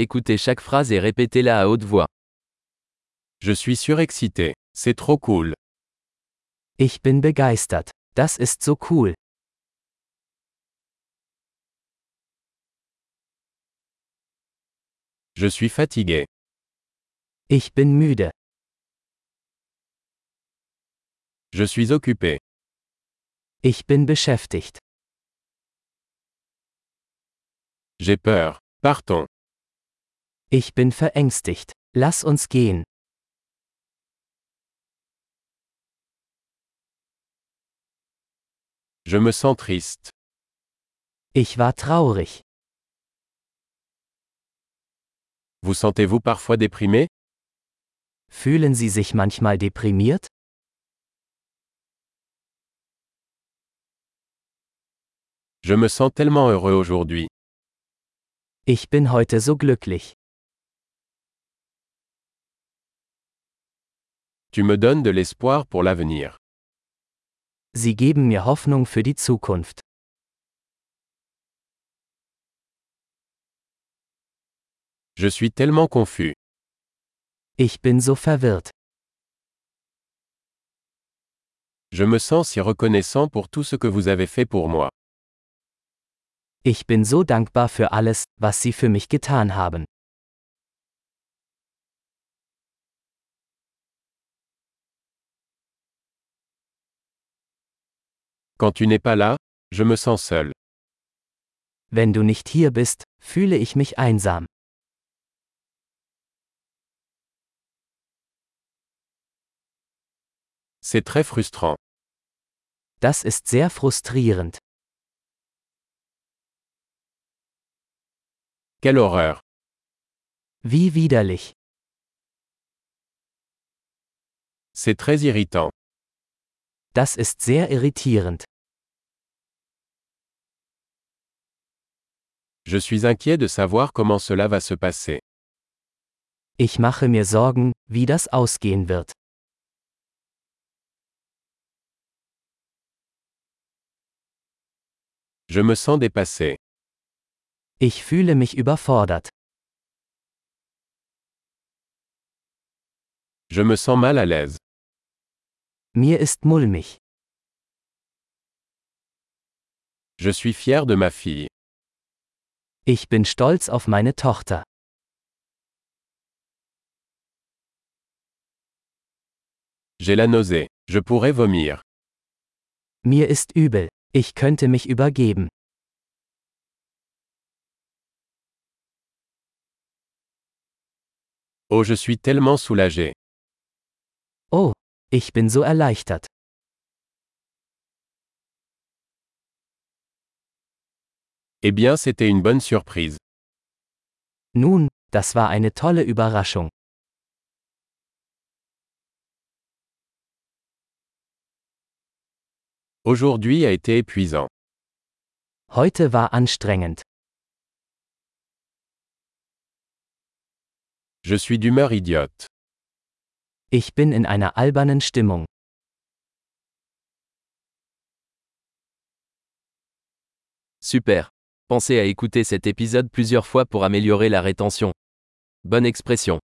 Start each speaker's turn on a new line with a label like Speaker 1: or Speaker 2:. Speaker 1: Écoutez chaque phrase et répétez-la à haute voix.
Speaker 2: Je suis surexcité. C'est trop cool.
Speaker 1: Ich bin begeistert. Das ist so cool.
Speaker 2: Je suis fatigué.
Speaker 1: Ich bin müde.
Speaker 2: Je suis occupé.
Speaker 1: Ich bin beschäftigt.
Speaker 2: J'ai peur. Partons.
Speaker 1: Ich bin verängstigt. Lass uns gehen.
Speaker 2: Je me sens triste.
Speaker 1: Ich war traurig.
Speaker 2: Vous sentez-vous parfois déprimé
Speaker 1: Fühlen Sie sich manchmal deprimiert?
Speaker 2: Je me sens tellement heureux aujourd'hui.
Speaker 1: Ich bin heute so glücklich.
Speaker 2: Tu me donnes de l'espoir pour l'avenir.
Speaker 1: Sie geben mir Hoffnung für die Zukunft.
Speaker 2: Je suis tellement confus.
Speaker 1: Ich bin so verwirrt.
Speaker 2: Je me sens si reconnaissant pour tout ce que vous avez fait pour moi.
Speaker 1: Ich bin so dankbar für alles, was Sie für mich getan haben.
Speaker 2: Quand tu n'es pas là, je me sens seul.
Speaker 1: Wenn du nicht hier bist, fühle ich mich einsam.
Speaker 2: C'est très frustrant.
Speaker 1: Das ist sehr frustrierend.
Speaker 2: Quelle horreur.
Speaker 1: Wie widerlich.
Speaker 2: C'est très irritant.
Speaker 1: Das ist sehr irritierend.
Speaker 2: Je suis inquiet de savoir comment cela va se passer.
Speaker 1: Ich mache mir Sorgen, wie das ausgehen wird.
Speaker 2: Je me sens dépassé.
Speaker 1: Ich fühle mich überfordert.
Speaker 2: Je me sens mal à l'aise.
Speaker 1: Mir ist mulmig.
Speaker 2: Je suis fier de ma fille.
Speaker 1: Ich bin stolz auf meine Tochter.
Speaker 2: J'ai la nausée. Je pourrais vomir.
Speaker 1: Mir ist übel. Ich könnte mich übergeben.
Speaker 2: Oh, je suis tellement soulagé.
Speaker 1: Oh, ich bin so erleichtert.
Speaker 2: Eh bien, c'était une bonne surprise.
Speaker 1: Nun, das war eine tolle Überraschung.
Speaker 2: Aujourd'hui a été épuisant.
Speaker 1: Heute war anstrengend.
Speaker 2: Je suis d'humeur idiote.
Speaker 1: Ich bin in einer albernen Stimmung.
Speaker 3: Super. Pensez à écouter cet épisode plusieurs fois pour améliorer la rétention. Bonne expression.